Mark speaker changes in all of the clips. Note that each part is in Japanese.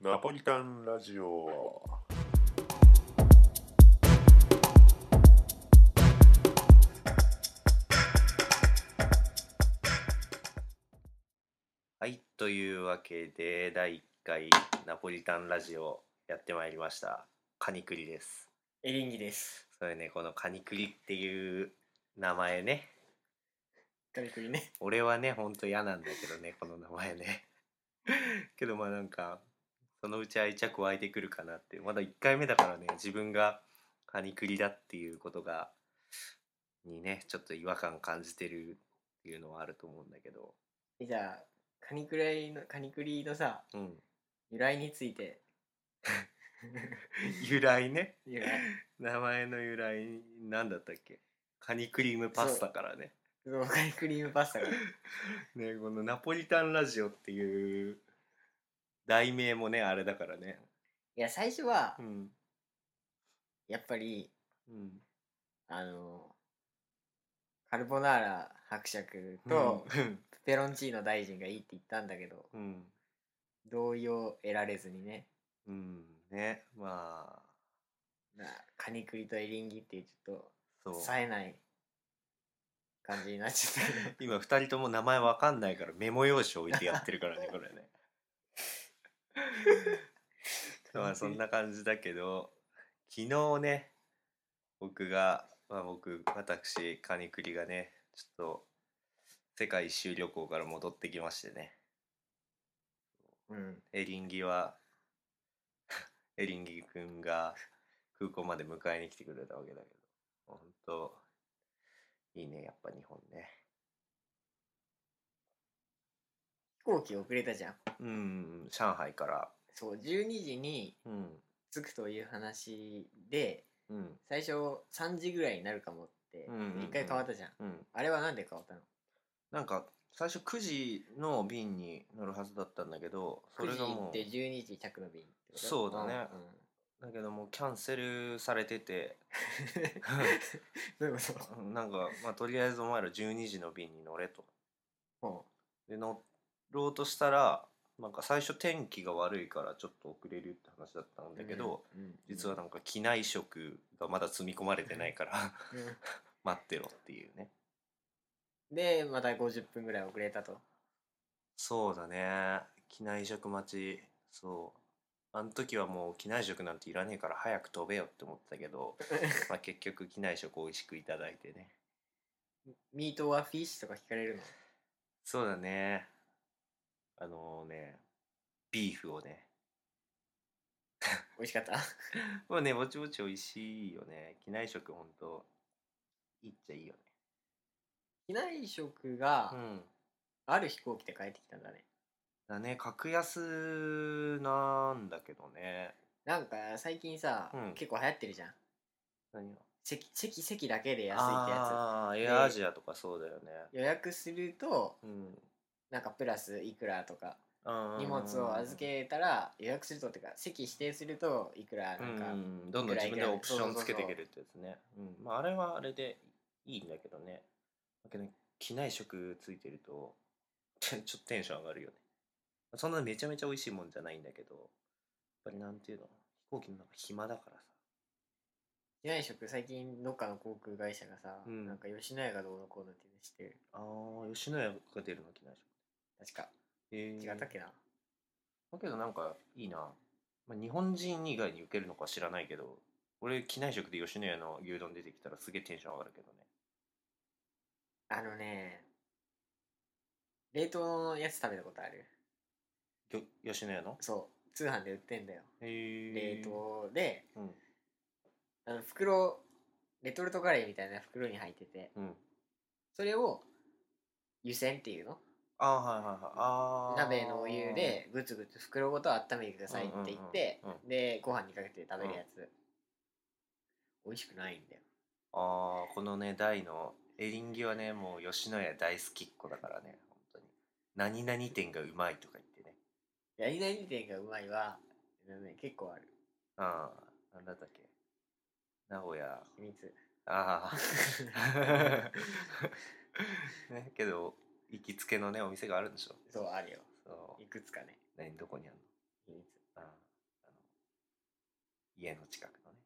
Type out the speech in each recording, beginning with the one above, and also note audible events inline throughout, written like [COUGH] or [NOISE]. Speaker 1: ナポリタンラジオ。
Speaker 2: はい、というわけで第1回ナポリタンラジオやってまいりましたカニクリです
Speaker 3: エリンギです。
Speaker 2: それねこのカニクリっていう名前ね
Speaker 3: カニクリね。
Speaker 2: 俺はねほんと嫌なんだけどねこの名前ね [LAUGHS] けどまあなんかそのうち愛着湧いてくるかなってまだ1回目だからね自分がカニクリだっていうことがにねちょっと違和感感じてるっていうのはあると思うんだけど
Speaker 3: じゃあ、カニクリの、カニクリのさ、
Speaker 2: うん
Speaker 3: 由来について。
Speaker 2: 由来ね
Speaker 3: 由来。
Speaker 2: 名前の由来なんだったっけカニクリームパスタからね
Speaker 3: [LAUGHS] そうカニクリームパスタが。
Speaker 2: ねこのナポリタンラジオっていう題名もねあれだからね
Speaker 3: いや、最初は
Speaker 2: う、ん
Speaker 3: やっぱり、
Speaker 2: うん
Speaker 3: あの、カルボナーラ伯爵と
Speaker 2: うん
Speaker 3: ペペロンチーノ大臣がいいって言ったんだけど、
Speaker 2: うん、
Speaker 3: 同意を得られずにね、
Speaker 2: うん、ねまあ
Speaker 3: まあカニクリとエリンギっていうちょ
Speaker 2: そ
Speaker 3: っ
Speaker 2: う
Speaker 3: と、冴えない感じになっちゃったけど
Speaker 2: 今2人とも名前わかんないからメモ用紙置いてやってるからねこれね [LAUGHS] まあそんな感じだけど昨日ね僕が、まあ、僕私カニクリがねちょっと世界一周旅行から戻ってきましてね [LAUGHS]
Speaker 3: うん。
Speaker 2: エリンギは [LAUGHS] エリンギくんが空港まで迎えに来てくれたわけだけど本当いいねやっぱ日本ね
Speaker 3: 飛行機遅れたじゃん。
Speaker 2: うん上海から
Speaker 3: そう、12時に
Speaker 2: うん
Speaker 3: 着くという話で
Speaker 2: うん
Speaker 3: 最初3時ぐらいになるかもって
Speaker 2: うんうんうん
Speaker 3: 一回変わったじゃん,、
Speaker 2: うん
Speaker 3: あれはなんで変わったの
Speaker 2: なんか最初9時の便に乗るはずだったんだけどそれがもう
Speaker 3: 9時って12時着の便ってこと
Speaker 2: そうだね
Speaker 3: うんうん
Speaker 2: だけどもうキャンセルされて
Speaker 3: [LAUGHS]
Speaker 2: て
Speaker 3: どういうこ
Speaker 2: なんか、まあ、とりあえずお前ら12時の便に乗れと
Speaker 3: とも
Speaker 2: で乗ろうとしたらなんか最初天気が悪いからちょっと遅れるって話だったん [LAUGHS]
Speaker 3: う
Speaker 2: だけど、、
Speaker 3: うんうん
Speaker 2: 実はなんか機内食がまだ積み込まれてないから
Speaker 3: [LAUGHS] うん
Speaker 2: 待ってろっていうね
Speaker 3: でまた50分ぐらい遅れたと
Speaker 2: そうだね機内食待ちそうあの時はもう機内食なんていらねえから早く飛べよって思ってたけ
Speaker 3: [LAUGHS]
Speaker 2: どまあ結局機内食美味しくいただいてね
Speaker 3: ミートはフィッシュとか聞かれるの
Speaker 2: そうだねあのねビーフをね
Speaker 3: 美味しかった [LAUGHS]
Speaker 2: まあねぼちぼち美味しいよね機内食ほんといいっちゃいいよね
Speaker 3: 機内食が
Speaker 2: うん
Speaker 3: ある飛行機で帰ってきたんだね、
Speaker 2: だね格安なんだけどね
Speaker 3: なんか最近さ、
Speaker 2: うん
Speaker 3: 結構流行ってるじゃん
Speaker 2: 何が
Speaker 3: 席席席だけで安いってや
Speaker 2: ああーエアアジアとかそうだよね
Speaker 3: つ予約すると
Speaker 2: うん
Speaker 3: なんかプラスいくらとか
Speaker 2: あー
Speaker 3: 荷物を預けたら予約するとっていうか席指定するといくらなんか、
Speaker 2: うんどんどん自分でオプションつけていけるってやつねうんまああれはあれでいいんだけどねだけどね機内食ついてると [LAUGHS] ちょっとテンション上がるよねそんなめちゃめちゃ美味しいもんじゃないんだけどやっぱりなんていうの飛行機の中暇だからさ
Speaker 3: 機内食最近どっかの航空会社がさ、
Speaker 2: うん
Speaker 3: なんか吉野家がどうのこうのっていうの知ってる
Speaker 2: あー吉野家が出るの機内食
Speaker 3: 確か
Speaker 2: え
Speaker 3: 違ったっけな、
Speaker 2: だけどなんかいいな、まあ、日本人以外に受けるのか知らないけど俺機内食で吉野家の牛丼出てきたらすげえテンション上がるけどね
Speaker 3: あのね冷凍のやつ食べたことある
Speaker 2: ぎょ吉野家の
Speaker 3: そう通販で売ってんだよ冷
Speaker 2: 冷
Speaker 3: 凍で
Speaker 2: うん
Speaker 3: あの袋レトルトカレーみたいな袋に入ってて
Speaker 2: うん
Speaker 3: それを湯煎っていうの
Speaker 2: ああはいはいはいああ
Speaker 3: 鍋のお湯でぐつぐつ袋ごと温めてくださいって言って、
Speaker 2: うんうんうん
Speaker 3: でご飯にかけて食べるやつ、美味しくないんだよ
Speaker 2: ああこのね大のエリンギはねもう吉野家大好きっ子だからね本当に何々店がうまいとか言ってね
Speaker 3: 何々店がうまいは、ね、結構ある
Speaker 2: ああなんだったっけ名古屋
Speaker 3: 秘密
Speaker 2: ああ [LAUGHS] ねけど行きつけのねお店があるんでしょ
Speaker 3: そうあるよ
Speaker 2: そう
Speaker 3: いくつかね
Speaker 2: 何どこにあるの
Speaker 3: 秘密
Speaker 2: うんあの家の近くのね、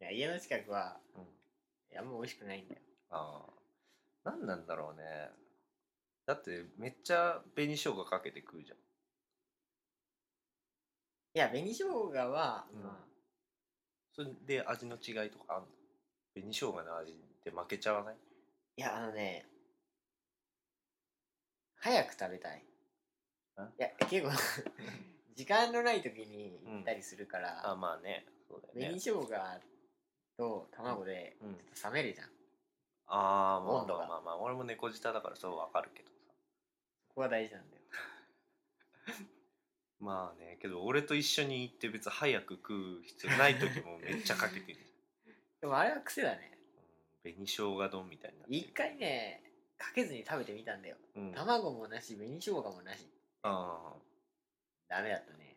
Speaker 3: いや家の近くは
Speaker 2: うん、
Speaker 3: いやもう美味しくないんだよ
Speaker 2: ああ何なんだろうねだってめっちゃ紅生姜かけて食うじゃん
Speaker 3: いや紅生姜は、
Speaker 2: うん
Speaker 3: ま
Speaker 2: それで味の違いとかあんの紅生姜の味って負けちゃわない
Speaker 3: いやあのね早く食べたい
Speaker 2: あ
Speaker 3: いや
Speaker 2: [LAUGHS]
Speaker 3: 結構時間のない時に行ったりするか
Speaker 2: あ
Speaker 3: ら、
Speaker 2: まあねそうだよ
Speaker 3: 紅
Speaker 2: ね
Speaker 3: 生姜と卵で
Speaker 2: うん
Speaker 3: ちょっと冷めるじゃん、
Speaker 2: ああまあ
Speaker 3: ご飯が
Speaker 2: まあまあ俺も猫舌だからそうわかるけどさ
Speaker 3: ここは大事なんだよ
Speaker 2: まあねけど俺と一緒に行って別に早く食う必要ない時もめっちゃかけて [LAUGHS] るじ
Speaker 3: でもあれは癖だね
Speaker 2: ゃんうん紅生姜丼みたいになってる
Speaker 3: 一回ねかけずに食べてみたんだよ
Speaker 2: うんあ
Speaker 3: 卵もなし紅生姜もなし
Speaker 2: あ
Speaker 3: ダメだったね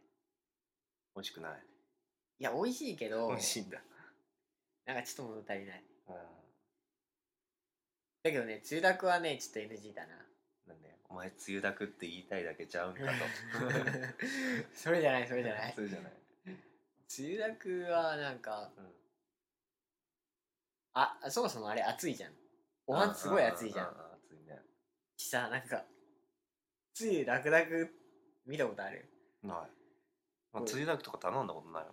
Speaker 2: 美味しくない
Speaker 3: いや美味しいけど
Speaker 2: 美味しいんだ
Speaker 3: なんかちょっと物足りない
Speaker 2: うん
Speaker 3: だけどね中濁はねちょっと
Speaker 2: [LAUGHS]
Speaker 3: NG だな
Speaker 2: なんでお前つゆだくって言いたいだけちゃうんかと
Speaker 3: それじゃないそれじゃない
Speaker 2: そうじゃない、
Speaker 3: 梅雨だくはなんか
Speaker 2: うん
Speaker 3: あそもそもあれ暑いじゃんお椀すごい暑いじゃん
Speaker 2: ああああ暑いね
Speaker 3: しさなんか梅雨だくだく見たことある
Speaker 2: ない、まあ、
Speaker 3: うん
Speaker 2: つゆだくとか頼んだことないも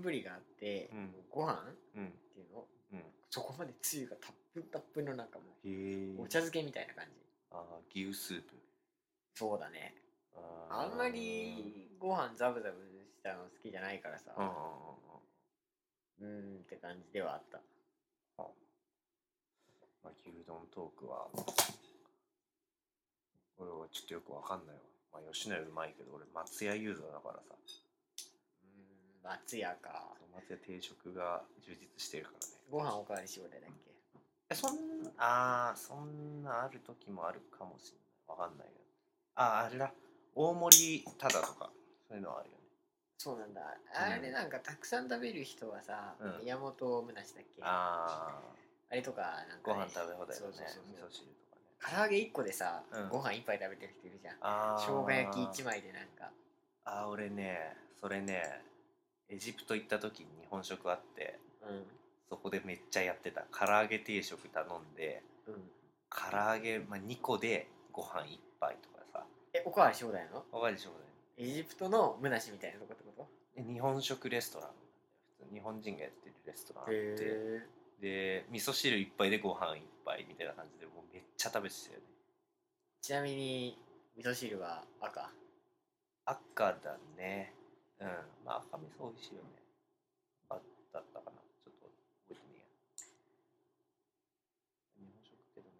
Speaker 2: ん
Speaker 3: 丼があって、
Speaker 2: うん
Speaker 3: ご飯っ
Speaker 2: うん
Speaker 3: ていうの
Speaker 2: うん
Speaker 3: そこまで梅雨がたっぷんたっぷんのなんかも
Speaker 2: へ
Speaker 3: う
Speaker 2: え
Speaker 3: お茶漬けみたいな感じ
Speaker 2: ああ牛スープ
Speaker 3: そうだねあ
Speaker 2: あー
Speaker 3: んまりご飯ザブザブしたの好きじゃないからさ
Speaker 2: うんうんうんうん
Speaker 3: うーんって感じではあった
Speaker 2: まあ、牛丼トークは俺はちょっとよくわかんないわまあ吉野家うまいけど俺松屋ユーザーだからさ
Speaker 3: うーん松屋か
Speaker 2: 松屋定食が充実してるからね
Speaker 3: ご飯おかわりし放題だっけ
Speaker 2: えそんああそんなある時もあるかもしれないわかんないけどあああれだ大盛りただとかそういうのはあるよね
Speaker 3: そうなんだ
Speaker 2: うん
Speaker 3: あれなんかたくさん食べる人はさ、
Speaker 2: うん
Speaker 3: 宮本むなしだっけあ
Speaker 2: ああ
Speaker 3: れとかなん
Speaker 2: ご
Speaker 3: かね、
Speaker 2: 飯食べ放題だ
Speaker 3: そ
Speaker 2: ね
Speaker 3: うそうそうそう
Speaker 2: 味噌汁とかね
Speaker 3: 唐揚げ1個でさ、
Speaker 2: うん
Speaker 3: ご飯1杯食べてる人いるじゃん
Speaker 2: ああ
Speaker 3: 生姜焼き1枚でなんか
Speaker 2: あー俺ねそれねエジプト行った時に日本食あって
Speaker 3: う
Speaker 2: そこでめっちゃやってた唐揚げ定食頼んで
Speaker 3: んうん
Speaker 2: 唐揚げ、まあ、2個でご飯1杯とかさ
Speaker 3: えおかわりし放題なの
Speaker 2: わかるでしょこ
Speaker 3: エジプトのむなしみたいなとこってこ
Speaker 2: れえ日本食レストラン普通日本人がやってるレストランあ
Speaker 3: と
Speaker 2: って
Speaker 3: へ
Speaker 2: で味噌汁1杯でご飯1杯みたいな感じでもうめっちゃ食べてたよね
Speaker 3: ちなみに味噌汁は赤
Speaker 2: 赤だねうんまあ赤味噌美味しいよねあだったかなちょっと覚えてねえや日本食けどね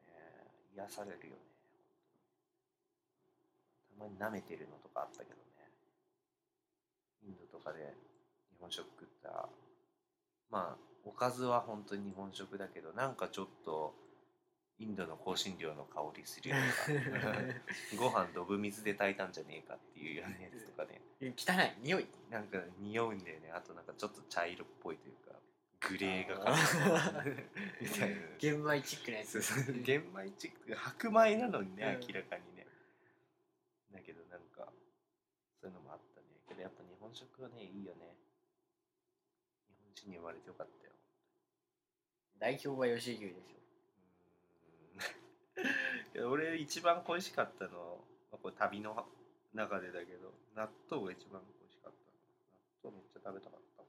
Speaker 2: 癒されるよねたまに舐めてるのとかあったけどねインドとかで日本食食ったまあおかずは本当に日本食だけどなんかちょっとインドの香辛料の香りするようなご飯ドブ水で炊いたんじゃねえかっていうようなやつとかね
Speaker 3: [LAUGHS] 汚い匂い
Speaker 2: なんか匂うんだよねあとなんかちょっと茶色っぽいというかグレーがか
Speaker 3: あ
Speaker 2: か
Speaker 3: ー
Speaker 2: るみたいな
Speaker 3: 玄米チックなや
Speaker 2: そ
Speaker 3: つ
Speaker 2: うそう [LAUGHS] 玄米チック白米なのにね
Speaker 3: うん
Speaker 2: 明らかにねだけどなんかそういうのもあったねけどやっぱ日本食はねいいよね日本人に生まれてよかったよ
Speaker 3: [LAUGHS] 代表は吉牛でし
Speaker 2: うーん [LAUGHS] 俺一番恋しかったのはこれ旅の中でだけど納豆が一番恋しかった納豆めっちゃ食べたかった
Speaker 3: ょ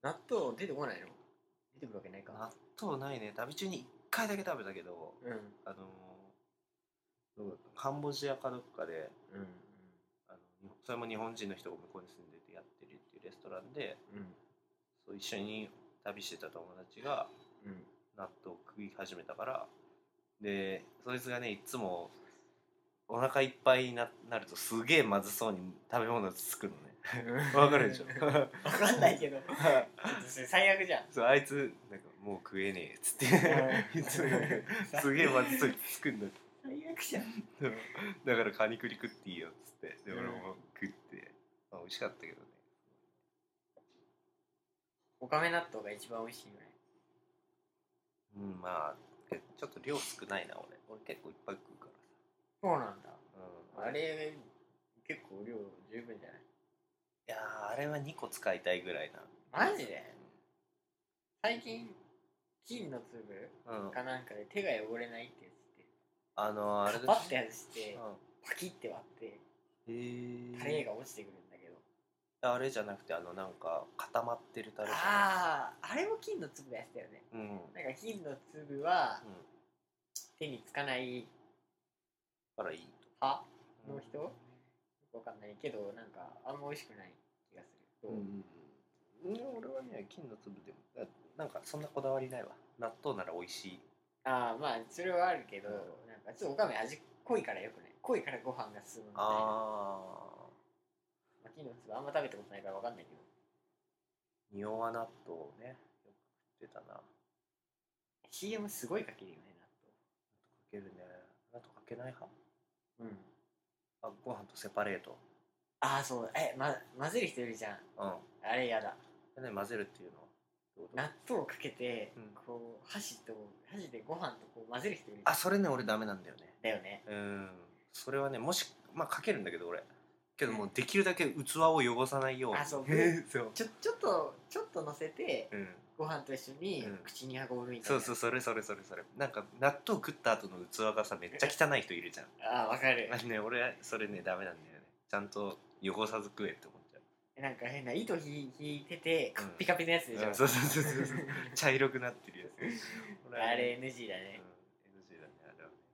Speaker 3: 納豆出てこないの出てくるわけないか
Speaker 2: 納豆ないね旅中に1回だけ食べたけど
Speaker 3: うんうん
Speaker 2: あのーどうだったカンボジアかどっかで
Speaker 3: うん
Speaker 2: あの日本それも日本人の人が向こうに住んでてやってるっていうレストランで
Speaker 3: うん
Speaker 2: そう一緒に旅してた友達が
Speaker 3: うん
Speaker 2: 納豆を食い始めたからでそいつがねいつもお腹いっぱいにななるとすげえまずそうに食べ物つつくのねわかるでしょ
Speaker 3: わかんないけど最悪じゃん
Speaker 2: そうあいつなんかもう食えねえっつっていつもなんか [LAUGHS]
Speaker 3: [LAUGHS]
Speaker 2: すげえまずそうにつつくんだって
Speaker 3: 最悪じゃん
Speaker 2: そうだからカニクリ食っていいよっつってで
Speaker 3: うん
Speaker 2: 俺も食って、まあ、美味しかったけどね
Speaker 3: おかめ納豆が一番美味しいよね
Speaker 2: うんまあえちょっと量少ないな俺俺結構いっぱい食うか
Speaker 3: そうなんだ
Speaker 2: らさ、うん、
Speaker 3: あれ結構量十分じゃない
Speaker 2: いやーあれは2個使いたいぐらい
Speaker 3: マジで最近金の粒
Speaker 2: なうん
Speaker 3: かなんかで手が汚れないってや
Speaker 2: あのーあ
Speaker 3: つ
Speaker 2: れ
Speaker 3: って
Speaker 2: で
Speaker 3: パ
Speaker 2: し
Speaker 3: ッて外して
Speaker 2: ょ
Speaker 3: パキって割って
Speaker 2: うんへ
Speaker 3: タレが落ちてくるんだけど
Speaker 2: ーあれじゃなくてあのなんか固まってるタレじゃ
Speaker 3: あああれも金の粒のやつだよね
Speaker 2: ないうんうん
Speaker 3: なんか金の粒は手につかない
Speaker 2: からいい
Speaker 3: 派
Speaker 2: と
Speaker 3: の人よくわかんないけどなんかあんま美味しくない気がする、
Speaker 2: うんうん俺はね金の粒でもあなんかそんなこだわりないわ納豆なら美味しい
Speaker 3: ああまあそれはあるけど、
Speaker 2: うん
Speaker 3: なんかちょっとおかめ味濃いからよくない濃いからご飯が進むみたいな
Speaker 2: あ
Speaker 3: まあ、金の粒あんま食べたことないからわかんないけど
Speaker 2: ー匂わ納豆ねよく食ってたな
Speaker 3: CM すごいかけるよね
Speaker 2: 納豆かけるね納豆かけない派
Speaker 3: 納豆うん
Speaker 2: あご飯とセパレート
Speaker 3: ああそうえ、ま、混ぜる人いるじゃん
Speaker 2: うん
Speaker 3: あれやだ
Speaker 2: でね混ぜるっていうのはどういうこと
Speaker 3: 納豆をかけて、
Speaker 2: うん
Speaker 3: こう箸と箸でご飯とこう混ぜる人いるじゃ
Speaker 2: あ
Speaker 3: ん
Speaker 2: それね俺ダメなんだよね
Speaker 3: だよね
Speaker 2: うんそれはねもしまあかけるんだけど俺けどもうできるだけ器を汚さないように
Speaker 3: あそう
Speaker 2: [LAUGHS] そう
Speaker 3: ちょちょっとちょっと乗せて
Speaker 2: うん、
Speaker 3: ご飯と一緒に
Speaker 2: うん
Speaker 3: 口に運ぶみたいな、
Speaker 2: そうそうそれそれそれそれなんか納豆食った後の器がさめっちゃ汚い人いるじゃん
Speaker 3: ああわかる
Speaker 2: あれね俺それねダメなんだよねちゃんと汚さず食えって思っちゃう
Speaker 3: なんか変な糸ひ引いててカ
Speaker 2: うん
Speaker 3: ッピカピのやつでしょ、
Speaker 2: うんそうそうそうそうそう茶色くなってるやつ俺
Speaker 3: [LAUGHS] あれ
Speaker 2: ね
Speaker 3: NG だ
Speaker 2: うん
Speaker 3: ね、
Speaker 2: NG だねあれはねっ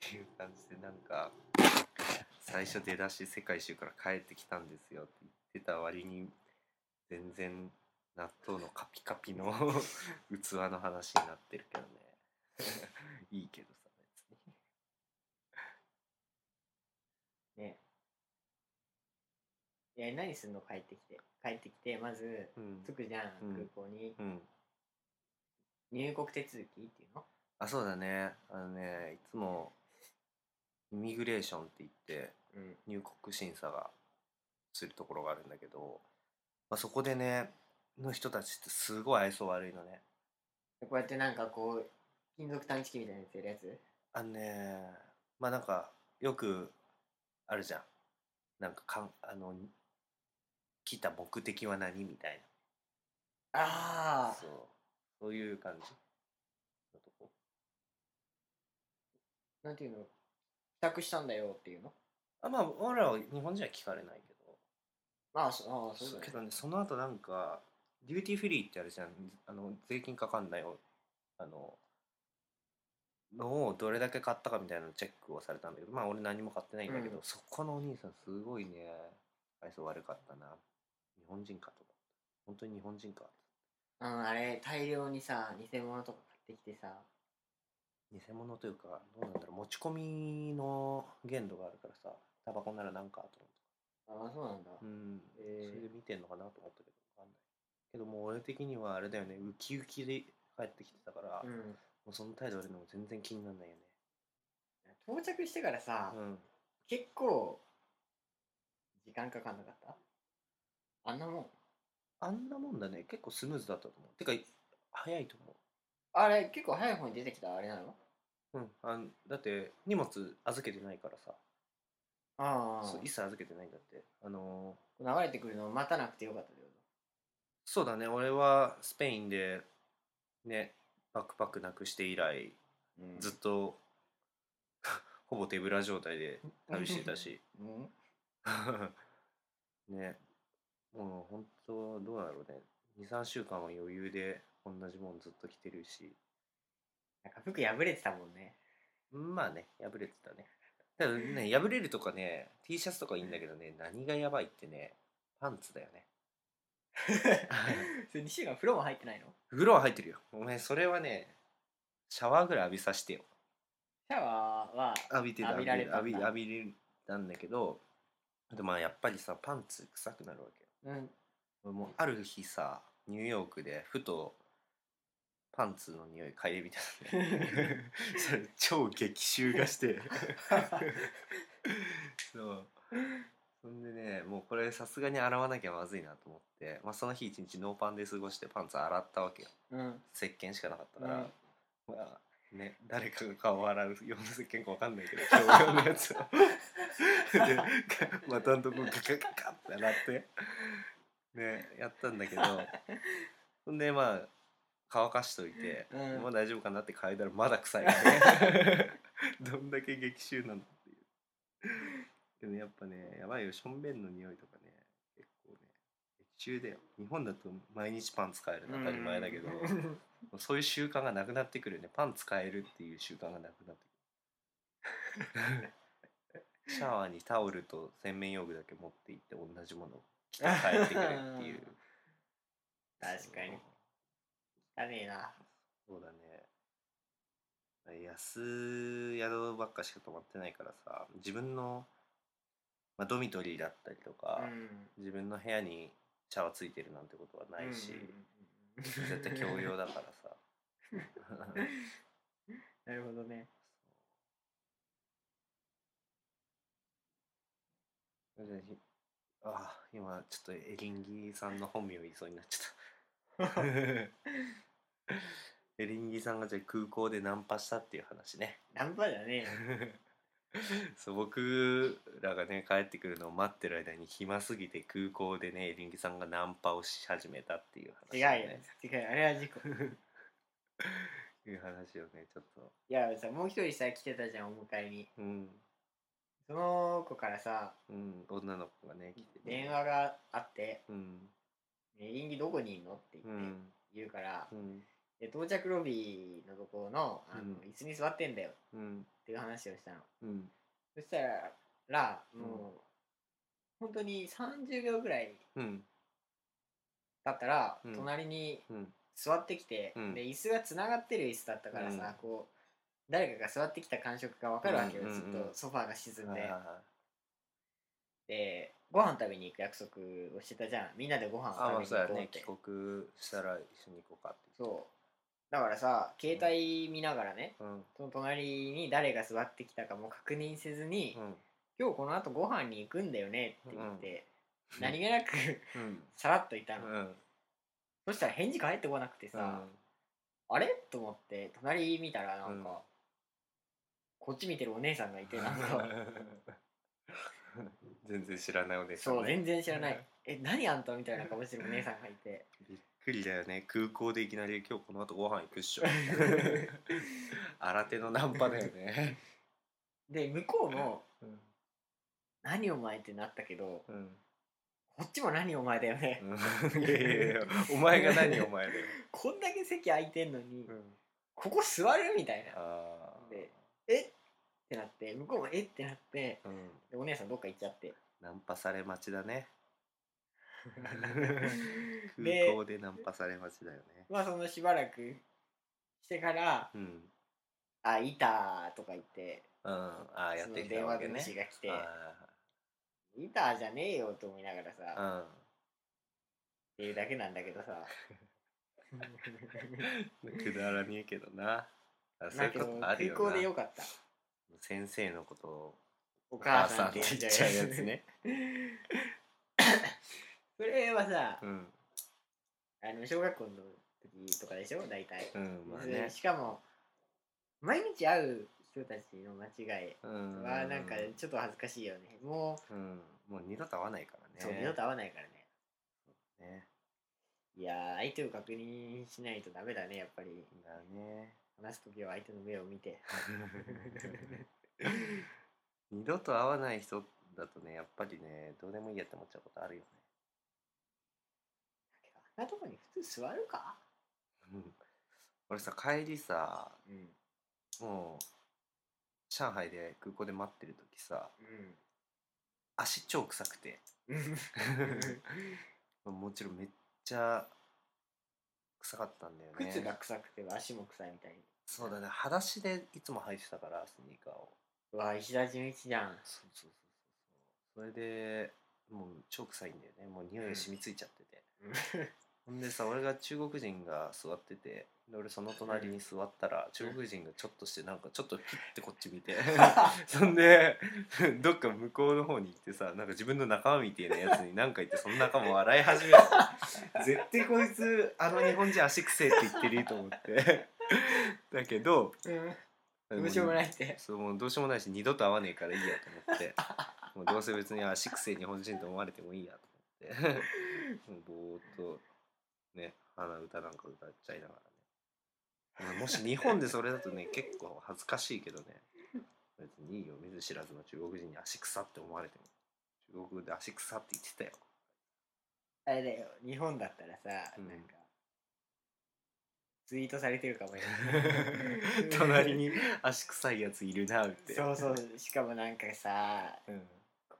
Speaker 2: ていう感じでなんか最初出だし世界一周から帰ってきたんですよって言ってた割に全然納豆のカピカピの [LAUGHS] 器の話になってるけどね [LAUGHS] いいけどさ別に
Speaker 3: ねいや何すんの帰ってきて帰ってきてまず
Speaker 2: うん
Speaker 3: 着くじゃん、
Speaker 2: うん
Speaker 3: 空港に
Speaker 2: うん
Speaker 3: 入国手続きっていうの
Speaker 2: あそうだねあのねいつもイミグレーションって言って
Speaker 3: うん
Speaker 2: 入国審査がするところがあるんだけど、まあ、そこでねの人たちってすごい愛想悪いのね
Speaker 3: こうやってなんかこう金属探知機みたいなやつやるやつ
Speaker 2: あのねまあなんかよくあるじゃんなんかかんあの来た目的は何みたいな
Speaker 3: あ
Speaker 2: そうそういう感じのとこ
Speaker 3: あなんていうの帰宅したんだよっていうの
Speaker 2: あまあ俺らは日本人は聞かれないけど
Speaker 3: まあそああそう
Speaker 2: そう
Speaker 3: だ
Speaker 2: け
Speaker 3: ね
Speaker 2: どねその後なんかデューティーフリーってあるじゃんあの税金かかんないよあののをどれだけ買ったかみたいなのチェックをされたんだけどまあ俺何も買ってないんだけど、
Speaker 3: うん
Speaker 2: そこのお兄さんすごいね愛想悪かったな日本人かとか本当に日本人か
Speaker 3: うんあれ大量にさ偽物とか買ってきてさ
Speaker 2: 偽物というかどうなんだろう持ち込みの限度があるからさタバコならなんかと思って
Speaker 3: ああそうなんだ、
Speaker 2: うん、
Speaker 3: えー
Speaker 2: それで見てんのかなと思ったけどわかんないけどもう俺的にはあれだよねウキウキで帰ってきてたから、
Speaker 3: う
Speaker 2: も
Speaker 3: ん
Speaker 2: うその態度あるのも全然気にならないよね
Speaker 3: 到着してからさ、
Speaker 2: うん
Speaker 3: 結構時間かかんなかったあんなもん
Speaker 2: あんなもんだね結構スムーズだったと思うてか早いと思
Speaker 3: あれ結構早い方に出てきたあれなの
Speaker 2: ううんあんだって荷物預けてないからさ、
Speaker 3: あ
Speaker 2: そう一切預けてないんだってあのー
Speaker 3: 流れてくるのを待たなくてよかったってこ
Speaker 2: そうだね俺はスペインでねバックパックなくして以来
Speaker 3: と、うん、
Speaker 2: ずっと [LAUGHS] ほぼ手ぶら状態で旅してたし
Speaker 3: うん、
Speaker 2: [LAUGHS] ねもう本当どうだろうね23週間は余裕で同じもんずっと着てるし
Speaker 3: なんか服破れてたもんね [LAUGHS]
Speaker 2: まあね破れてたねただね破れるとかね T シャツとかいいんだけどね何がやばいってねパンツだよ
Speaker 3: [LAUGHS]
Speaker 2: ね
Speaker 3: それ2週間風呂も入ってないの
Speaker 2: 風呂は入ってるよお前それはねシャワーぐらい浴びさせてよ
Speaker 3: シャワーは
Speaker 2: 浴びてた
Speaker 3: 浴びられたんだ
Speaker 2: 浴び浴びれたんだけどでまあやっぱりさパンツ臭くなるわけよ
Speaker 3: うん
Speaker 2: 俺もうある日さニューヨークでふとパンツの匂い嗅いでみたのねそれ超激臭がしてそうそんでねもうこれさすがに洗わなきゃまずいなと思って、まあ、その日一日ノーパンで過ごしてパンツ洗ったわけよ
Speaker 3: うん
Speaker 2: 石鹸しかなかったから、まあね、誰かが顔を洗う読んで結構わかんないけど共用のや
Speaker 3: [LAUGHS]
Speaker 2: つをでかまたんとこガカガカって洗ってねやったんだけどほんでまあ乾かしといて、
Speaker 3: うん
Speaker 2: もう大丈夫かなって嗅いだらまだ臭いから
Speaker 3: [LAUGHS]
Speaker 2: ねどんだけ激臭なのっていうでもやっぱねやばいよしょんべんの匂いとかね結構ね激臭だよ日本だと毎日パン使えるの [LAUGHS] 当たり前だけど、
Speaker 3: うん
Speaker 2: もうそういう習慣がなくなってくるよねパン使えるっていう習慣がなくなって
Speaker 3: [LAUGHS]
Speaker 2: くるシャワーにタオルと洗面用具だけ持って行って同じものを着て帰ってくるって
Speaker 3: [LAUGHS]
Speaker 2: いう
Speaker 3: 確かに汚ねえな
Speaker 2: そうだね安宿ばっかしか泊まってないからさ自分の、まあ、ドミトリーだったりとか、
Speaker 3: うん
Speaker 2: 自分の部屋にシャワーついてるなんてことはないし、絶
Speaker 3: 絶
Speaker 2: 対共用だからさ
Speaker 3: [LAUGHS] なるほどね
Speaker 2: じゃあひあー今ちょっとエリンギさんの本名言いそうになっちゃったエリンギさんがじゃあ空港でナンパしたっていう話ね
Speaker 3: ナンパだね
Speaker 2: そう僕らがね帰ってくるのを待ってる間に暇すぎて空港でねエリンギさんがナンパをし始めたっていう話
Speaker 3: 違う
Speaker 2: だ
Speaker 3: よ
Speaker 2: ね、
Speaker 3: 違うよあれは事故
Speaker 2: [LAUGHS] いう話をねちょっと
Speaker 3: いやさもう一人さ来てたじゃんお迎えに
Speaker 2: うん、
Speaker 3: その子からさ
Speaker 2: うん、女の子がね来てね
Speaker 3: 電話があって
Speaker 2: うん
Speaker 3: 「エリンギどこにいんの?」って言って、
Speaker 2: うん
Speaker 3: 言うから、
Speaker 2: うん
Speaker 3: で到着ロビーのところのあの、
Speaker 2: うん
Speaker 3: 椅子に座ってんだよ
Speaker 2: うん
Speaker 3: っていう話をしたの
Speaker 2: うん
Speaker 3: そしたらもう、本当に30秒ぐらい
Speaker 2: うん
Speaker 3: だったら、
Speaker 2: うん
Speaker 3: 隣に
Speaker 2: うん
Speaker 3: 座ってきて、
Speaker 2: うん
Speaker 3: で椅子がつながってる椅子だったからさ、
Speaker 2: うん
Speaker 3: こう誰かが座ってきた感触がわかるわけよ、
Speaker 2: うんうん
Speaker 3: ずっ
Speaker 2: うん
Speaker 3: とソファーが沈ん
Speaker 2: はいは
Speaker 3: で
Speaker 2: い、はい
Speaker 3: でご飯食べに行く約束をしてたじゃんみんなでご飯
Speaker 2: あま
Speaker 3: を
Speaker 2: あ
Speaker 3: 食
Speaker 2: そ
Speaker 3: べ
Speaker 2: う
Speaker 3: に
Speaker 2: や
Speaker 3: 行こうっ
Speaker 2: ね
Speaker 3: て、
Speaker 2: 帰国したら一緒に行こうかって
Speaker 3: そうだからさ携帯見ながらね、
Speaker 2: ううん
Speaker 3: その隣に誰が座ってきたかも確認せずに、
Speaker 2: うん
Speaker 3: 今日この後ご飯に行くんだよねって言って、
Speaker 2: うん
Speaker 3: 何気なく [LAUGHS]
Speaker 2: うん
Speaker 3: さらっと言った
Speaker 2: う
Speaker 3: の、
Speaker 2: ん
Speaker 3: そしたら返事返ってこなくてさ、あれと思って隣見たらなんか、
Speaker 2: うん
Speaker 3: こっち見てるお姉さんがいてな
Speaker 2: [LAUGHS]
Speaker 3: んか
Speaker 2: うん全然知らないお姉さんね
Speaker 3: そう全然知らない「え何あんた?」みたいな顔してるお姉さんがいて
Speaker 2: びっくりだよね空港でいきなり今日この後ご飯行くっ
Speaker 3: [LAUGHS]
Speaker 2: しょ新手のナンパだよね
Speaker 3: で向こうも
Speaker 2: うん
Speaker 3: 「何お前」ってなったけど
Speaker 2: うん
Speaker 3: こっちも「何お前」だよね、
Speaker 2: うんいやいやいやお前が何お前だよ
Speaker 3: こんだけ席空いてんのに、
Speaker 2: うん
Speaker 3: ここ座るみたいな
Speaker 2: あー
Speaker 3: でえってなって向こうも「えっ?」てなって
Speaker 2: うん
Speaker 3: でお姉さんどっか行っちゃって
Speaker 2: ナンパされ待ちだね空
Speaker 3: [LAUGHS] で
Speaker 2: 港でナンパされ待ちだよね
Speaker 3: まあそのしばらくしてから
Speaker 2: うん
Speaker 3: 「あいた」とか言って
Speaker 2: うん、ああやっ
Speaker 3: その
Speaker 2: てき
Speaker 3: 電
Speaker 2: た
Speaker 3: 話
Speaker 2: わけね。
Speaker 3: 口が来て
Speaker 2: あ
Speaker 3: 「いた」じゃねえよと思いながらさ、っ
Speaker 2: あ
Speaker 3: ていうだけなんだけどさ
Speaker 2: うん、くだらねえけどな。あ [LAUGHS] そういう
Speaker 3: だけ
Speaker 2: こ
Speaker 3: ど
Speaker 2: とあるよ
Speaker 3: 空港で
Speaker 2: な。
Speaker 3: よかった
Speaker 2: 先生のことを
Speaker 3: お
Speaker 2: お母
Speaker 3: 母
Speaker 2: さ
Speaker 3: さ
Speaker 2: ん
Speaker 3: ん
Speaker 2: っ
Speaker 3: っ
Speaker 2: 言
Speaker 3: てて言
Speaker 2: っ
Speaker 3: っ
Speaker 2: ち
Speaker 3: ち
Speaker 2: ゃ
Speaker 3: ゃ
Speaker 2: う
Speaker 3: う
Speaker 2: や
Speaker 3: や
Speaker 2: つ
Speaker 3: つ
Speaker 2: ね。
Speaker 3: それは
Speaker 2: [LAUGHS]
Speaker 3: さ
Speaker 2: うん、
Speaker 3: あの小学校の時とかでしょ大体、
Speaker 2: うん、まあ
Speaker 3: で
Speaker 2: ね。
Speaker 3: しかも毎日会う人たちの間違い
Speaker 2: うん、
Speaker 3: はなんかちょっと恥ずかしいよねも
Speaker 2: うん、もう二度と会わないからね
Speaker 3: う、。そう二度と会わないからね
Speaker 2: ね。
Speaker 3: いやー相手を確認しないとダメだねやっぱり
Speaker 2: だね。
Speaker 3: 話す時は相手の目を見て
Speaker 2: [LAUGHS] 二度と会わない人だとね、やっぱりね、どうでもいいやって思っちゃうことあるよね。
Speaker 3: あんなとこに普通座るか
Speaker 2: うん俺さ、帰りさ、
Speaker 3: うんうん
Speaker 2: もう上海で空港で待ってる時さ、足超臭くてもちろんめっちゃ臭かったんだよね
Speaker 3: [LAUGHS] 靴が臭くて足も臭いみたいに
Speaker 2: そうだね裸足でいつも履いてたからスニーカーを
Speaker 3: うわ石田純一じゃん
Speaker 2: そうそうそうそうそれでもう超臭いんだよねもう匂いが染みついちゃってて、 [LAUGHS] ほんでさ俺が中国人が座っててで俺その隣に座ったら中国人がちょっとしてなんかちょっとピッてこっち [LAUGHS] 見てそんで [LAUGHS] どっか向こうの方に行ってさなんか自分の仲間みたいなやつに何か言ってその仲間
Speaker 3: [LAUGHS] [LAUGHS]
Speaker 2: 笑い始めるの絶対こいつあの日本人足くせえって言ってると思ってだけど
Speaker 3: うん、どうしようもないって。
Speaker 2: そうもうどうしようもないし二度と会わねえからいいやと思ってもうどうせ別にあシックス日本人と思われてもいいやと思って [LAUGHS] もうぼーっとね鼻歌なんか歌っちゃいながらねまあもし日本でそれだとね結構恥ずかしいけどね別にいいよ見ず知らずの中国人に足草って思われても中国語で足草って言ってたよ
Speaker 3: あれだよ、日本だったらさ、
Speaker 2: うん。
Speaker 3: なんか、ツイートされてるかも [LAUGHS] よ
Speaker 2: 隣に足臭いやついるなって
Speaker 3: [LAUGHS] そうそう、しかもなんかさ、
Speaker 2: うん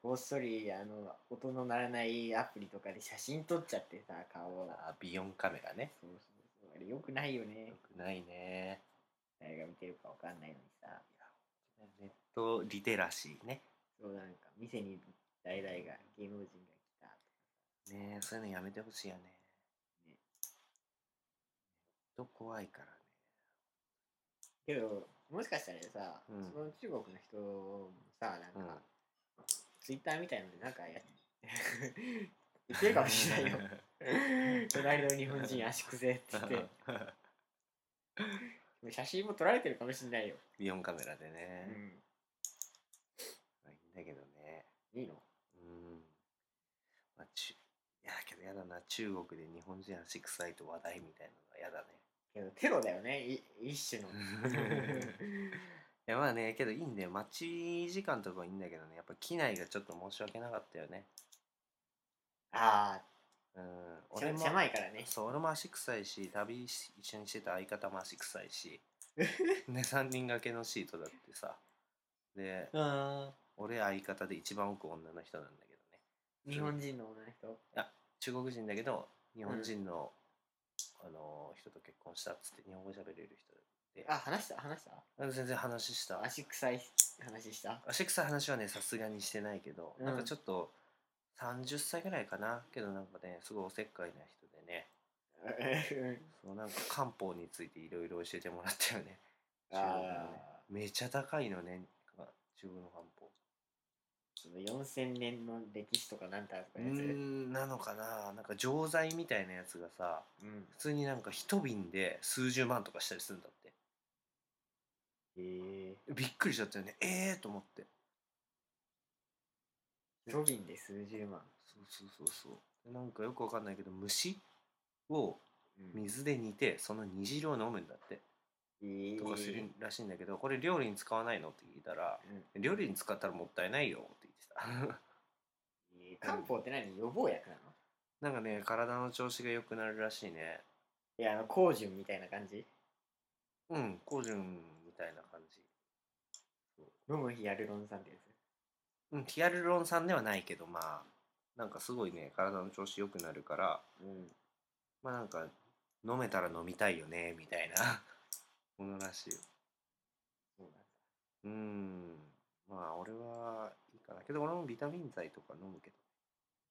Speaker 3: こっそり、あの、音の鳴らないアプリとかで写真撮っちゃってさ、顔を。
Speaker 2: あビヨンカメラね
Speaker 3: そうそうそう。あれ、よくないよね
Speaker 2: よ。くないね
Speaker 3: 誰が見てるかわかんないのにさ。
Speaker 2: ネットリテラシーね
Speaker 3: そう、なんか、店に誰々が、芸能人が来た。
Speaker 2: ねえそういうのやめてほしいよね。ネット怖いからね。
Speaker 3: けど、もしかしたらさ、
Speaker 2: うん
Speaker 3: その中国の人もさ、なんか、
Speaker 2: うん。
Speaker 3: ツイッターみたいのでなんかやっ言ってるかもしれないよ
Speaker 2: [LAUGHS]
Speaker 3: 隣の日本人足くせって言
Speaker 2: [LAUGHS]
Speaker 3: って写真も撮られてるかもしれないよ、
Speaker 2: ビヨンカメラで
Speaker 3: う
Speaker 2: ね。
Speaker 3: ん、
Speaker 2: まあいいんだけどね。
Speaker 3: いいの
Speaker 2: うん。まあ、ちゅいやけどやだな。中国で日本人足臭いと話題みたいなのはやだね。
Speaker 3: けどテロだよねい一種の
Speaker 2: いやまあね、けどいいんだよ。待ち時間とかはいいんだけどね。やっぱ機内がちょっと申し訳なかったよね。
Speaker 3: [LAUGHS] あ
Speaker 2: うん。
Speaker 3: あせ狭いからね
Speaker 2: そう俺も足臭いし旅し一緒にしてた相方も足臭い
Speaker 3: [LAUGHS]
Speaker 2: しで3人掛けのシートだってさで
Speaker 3: うん
Speaker 2: 俺相方で一番奥女の人なんだけどね
Speaker 3: 日本人の女の人
Speaker 2: 中国人だけど日本人の、あの人と結婚したっつって日本語喋れる人で
Speaker 3: あ話した話した
Speaker 2: なんか全然話した
Speaker 3: 足臭い
Speaker 2: [LAUGHS]
Speaker 3: 話した
Speaker 2: 足臭い話はねさすがにしてないけど、
Speaker 3: うん
Speaker 2: なんかちょっと30歳ぐらいかなけどなんかねすごいおせっかいな人でねそうなんか漢方についていろいろ教えてもらったよね中国のね
Speaker 3: あ
Speaker 2: めちゃ高いのねあ中国の漢方
Speaker 3: その4000年の歴史とかなんたらと
Speaker 2: う
Speaker 3: か
Speaker 2: ー
Speaker 3: のやつ
Speaker 2: んなのかななんか錠剤みたいなやつがさ
Speaker 3: うん
Speaker 2: 普通になんか一瓶で数十万とかしたりするんだって
Speaker 3: へえ
Speaker 2: びっくりしちゃったよねええー、と思って
Speaker 3: ロビンで数十万、
Speaker 2: そうそうそうそうなんかよくわかんないけど虫を
Speaker 3: うん、
Speaker 2: 水で煮てその煮汁を飲むんだって
Speaker 3: ええ
Speaker 2: とかするらしいんだけどこれ料理に使わないのって聞いたら
Speaker 3: うん
Speaker 2: 料理に使ったらもったいないよって言ってた [LAUGHS]
Speaker 3: えー漢方って何予防薬なの
Speaker 2: なんかね体の調子が良くなるらしいね
Speaker 3: いやあの高純みたいな感じ
Speaker 2: うんコジュンみたいな感じ
Speaker 3: 飲むヒアルロン酸ってやつ
Speaker 2: うん、ヒアルロン酸ではないけどまあなんかすごいね体の調子良くなるから
Speaker 3: うん
Speaker 2: まあなんか飲めたら飲みたいよねみたいな [LAUGHS] ものらしいよ
Speaker 3: そうなんだ
Speaker 2: うーんまあ俺はいいかなけど俺もビタミン剤とか飲むけど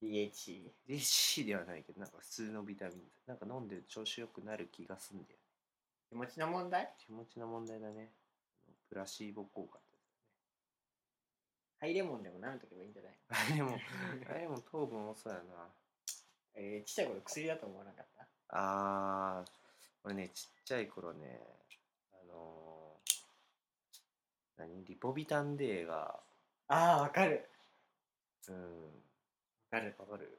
Speaker 3: DHC
Speaker 2: DC ではないけどなんか普通のビタミン剤なんか飲んで調子良くなる気がすんだよ
Speaker 3: 気持ちの問題
Speaker 2: 気持ちの問題だねプラシーボ効果って
Speaker 3: ハイレモンでも舐めとけばいいんじゃない、
Speaker 2: あれもあれも糖分多そうやな
Speaker 3: えー、ちっちゃい頃薬だと思わなかった
Speaker 2: あー、俺ね、ちっちゃい頃ね、あのー、何リポビタン D が、
Speaker 3: ああわかる
Speaker 2: うん、
Speaker 3: わかる
Speaker 2: わかる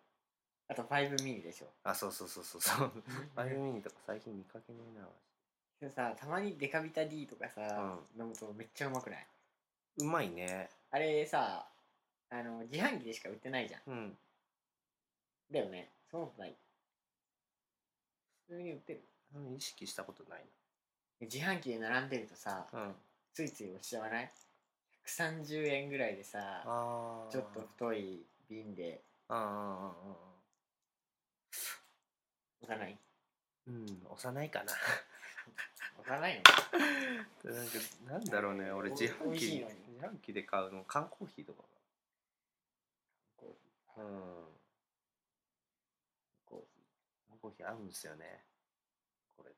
Speaker 3: あと5ミ
Speaker 2: [LAUGHS]
Speaker 3: リでしょ
Speaker 2: あ、そうそうそうそうそう。バイオミニとか最近見かけねえな。
Speaker 3: でもさたまにデカビタ D とかさ、飲むとめっちゃうまくないう
Speaker 2: まいね。
Speaker 3: あれさあの自販機でしか売ってないじゃん
Speaker 2: うん。
Speaker 3: だよねそんなことない普通に売ってる
Speaker 2: うん意識したことない
Speaker 3: 自販機で並んでるとさ、
Speaker 2: な。うん。
Speaker 3: ついつい押しちゃわない ?130 円ぐらいでさ
Speaker 2: あー
Speaker 3: ちょっと太い瓶で
Speaker 2: うんうんうんうん
Speaker 3: 押さない
Speaker 2: うん。うん、幼いかな。
Speaker 3: 押さないの
Speaker 2: なんか、なんだろうね、俺自販
Speaker 3: 美味しい
Speaker 2: 機
Speaker 3: のに、
Speaker 2: 自販機で買うの、缶コーヒーとか
Speaker 3: コ
Speaker 2: かな。うん。
Speaker 3: ーヒーコーヒ
Speaker 2: コーヒー合うんですよね。これ。
Speaker 3: ー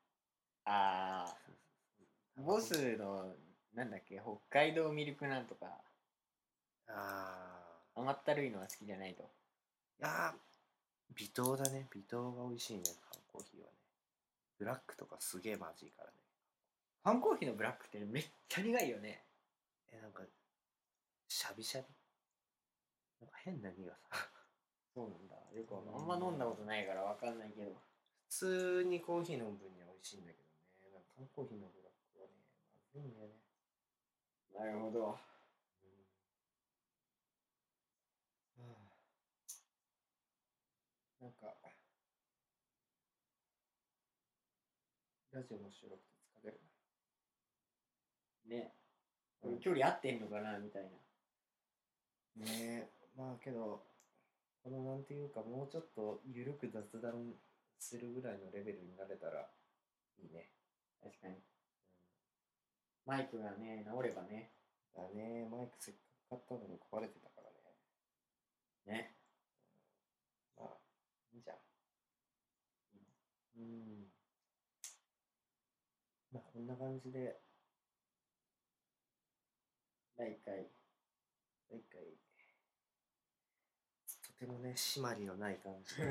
Speaker 3: ああボスのなんだっけ北海道ミルクなんとか
Speaker 2: あ
Speaker 3: 甘ったるいのは好きじゃないと
Speaker 2: ー。いやー、微糖だね。微糖が美味しいね。缶コーヒーはね。ブラックとかすげえまずいからね。
Speaker 3: 反抗期のブラックってめっちゃ苦いよね
Speaker 2: えなんかしゃびしゃびなんか変な苦さ
Speaker 3: そうなんだよくわかんあんま飲んだことないからわかんないけど
Speaker 2: 普通にコーヒー飲む分には美味しいんだけどねなんか缶コーヒーのブラックはねまずいんだよね
Speaker 3: なるほどなんかラジオの収録って疲れるなねこれ距離合ってんのかなみたいなねえ
Speaker 2: まあけどこのなんていうかもうちょっと緩く雑談するぐらいのレベルになれたらいいね
Speaker 3: 確かにマイクがね治ればね
Speaker 2: だねマイクせっかく買ったのに壊れてたからね
Speaker 3: ね
Speaker 2: まあいいじゃんうんまあこんな感じで
Speaker 3: 第1回
Speaker 2: 一回とてもね締まりのない感じの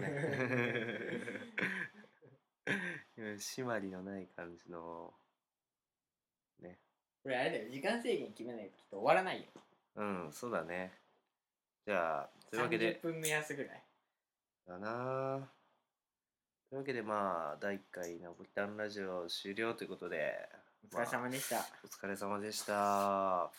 Speaker 2: うん締まりのない感じの
Speaker 3: これあれだよ時間制限決めないときっと終わらないよ
Speaker 2: うんそうだねじゃあというわけで
Speaker 3: 30分目安ぐらい
Speaker 2: だなあというわけでまあ第1回ナポリタンラジオ終了ということで
Speaker 3: お疲れ様でした、
Speaker 2: お疲れ様でした